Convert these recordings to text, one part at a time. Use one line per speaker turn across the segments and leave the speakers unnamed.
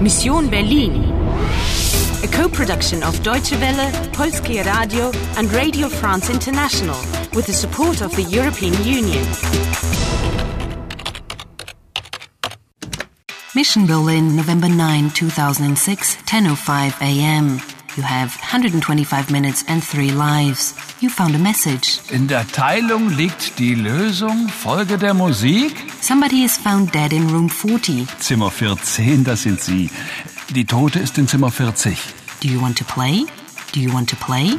Mission Berlin. A co-production of Deutsche Welle, Polskie Radio and Radio France International with the support of the European Union.
Mission Berlin, November 9, 2006, 10.05 a.m. You have 125 minutes and three lives. You found a message.
In der Teilung liegt die Lösung. Folge der Musik.
Somebody is found dead in room 40.
Zimmer 14, das sind Sie. Die Tote ist in Zimmer 40.
Do you want to play? Do you want to play?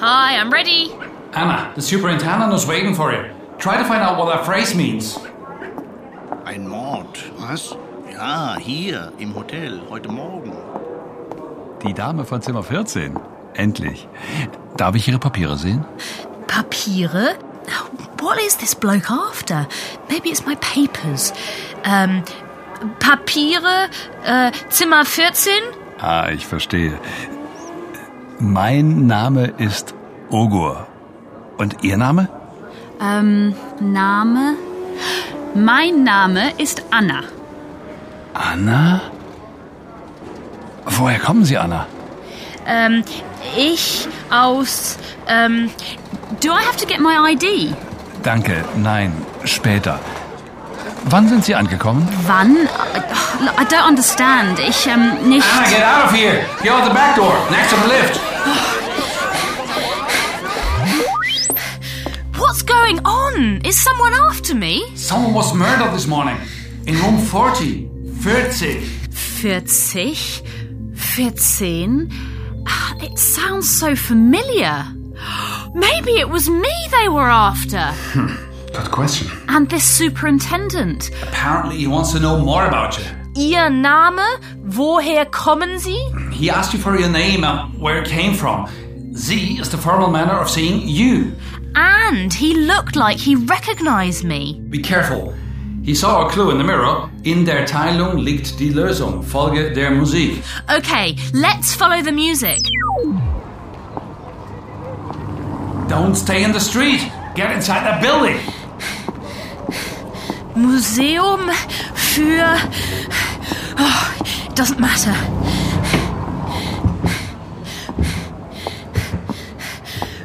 Hi, I'm ready.
Anna, the superintendent is waiting for you. Try to find out what that phrase means.
Ein Mord. Was? Ja, hier im Hotel, heute Morgen.
Die Dame von Zimmer 14. Endlich. Darf ich Ihre Papiere sehen?
Papiere? What is this bloke after? Maybe it's my papers. Ähm, Papiere, äh, Zimmer 14?
Ah, ich verstehe. Mein Name ist Ogur. Und Ihr Name?
Ähm, Name? Mein Name ist Anna.
Anna? Woher kommen Sie, Anna?
Ähm, ich aus, ähm,
Do I have to get my ID?
Danke, nein, später. Wann sind Sie angekommen?
Wann? I don't understand. Ich, ähm, nicht.
Anna, get out of here! Go out the back door, next to the lift!
what's going on? Is someone after me?
Someone was murdered this morning. In room 40. 40.
40? 14? Ah, It sounds so familiar. Maybe it was me they were after.
Good question.
And this superintendent.
Apparently he wants to know more about you.
Ihr Name? Woher kommen Sie?
He asked you for your name and where it came from. Z is the formal manner of saying you.
And he looked like he recognized me.
Be careful. He saw a clue in the mirror. In der Teilung liegt die Lösung. Folge der Musik.
Okay, let's follow the music.
Don't stay in the street. Get inside the building.
Museum für. Oh, doesn't matter.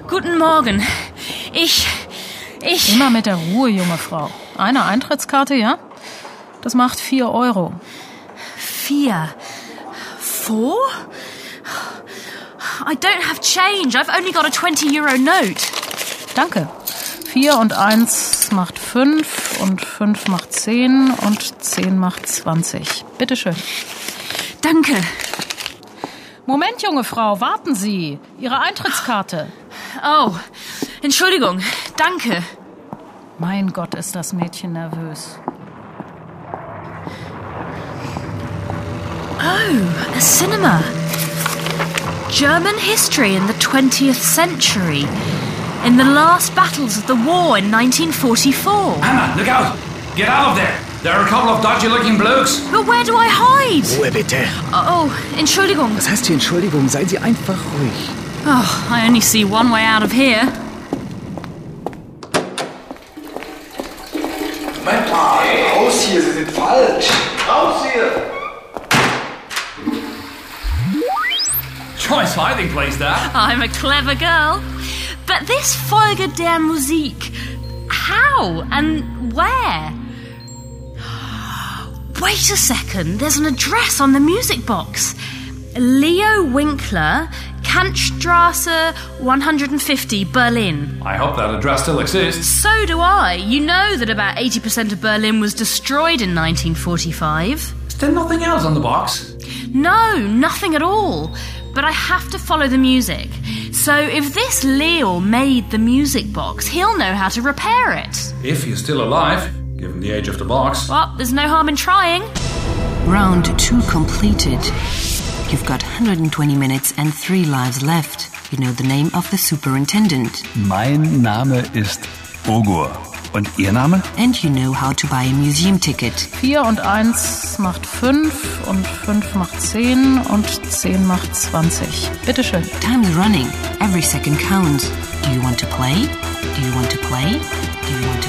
Guten Morgen. Ich. Ich.
Immer mit der Ruhe, junge Frau. Eine Eintrittskarte, ja? Das macht vier Euro.
Vier. Four? I don't have change. I've only got a 20 euro note.
Danke. Vier und eins macht fünf und fünf macht zehn und zehn macht zwanzig. Bitteschön.
Danke.
Moment, junge Frau, warten Sie. Ihre Eintrittskarte.
Oh, Entschuldigung. Danke.
Mein Gott, ist das Mädchen nervös.
A cinema. German history in the 20th century. In the last battles of the war in 1944.
Anna, look out! Get out of there! There are a couple of dodgy looking blokes.
But where do I hide?
Ruhe bitte.
Oh, Entschuldigung.
Was heißt hier Entschuldigung? Seien Sie einfach ruhig.
Oh, I only see one way out of here.
Moment mal, raus hier, Sie sind falsch. Raus hier!
Choice hiding place there.
I'm a clever girl. But this Folge der Musik, how and where? Wait a second, there's an address on the music box Leo Winkler, Kantstrasse 150, Berlin.
I hope that address still exists.
So do I. You know that about 80% of Berlin was destroyed in 1945.
Is there nothing else on the box?
No, nothing at all. But I have to follow the music. So if this Leo made the music box, he'll know how to repair it.
If he's still alive, given the age of the box.
Well, there's no harm in trying.
Round 2 completed. You've got 120 minutes and three lives left. You know the name of the superintendent.
Mein Name ist Ogur. Und Ihr Name?
And you know how to buy a museum ticket.
Vier und eins macht fünf und fünf macht zehn und zehn macht zwanzig. Bitteschön.
Time's running. Every second counts. Do you want to play? Do you want to play? Do you want to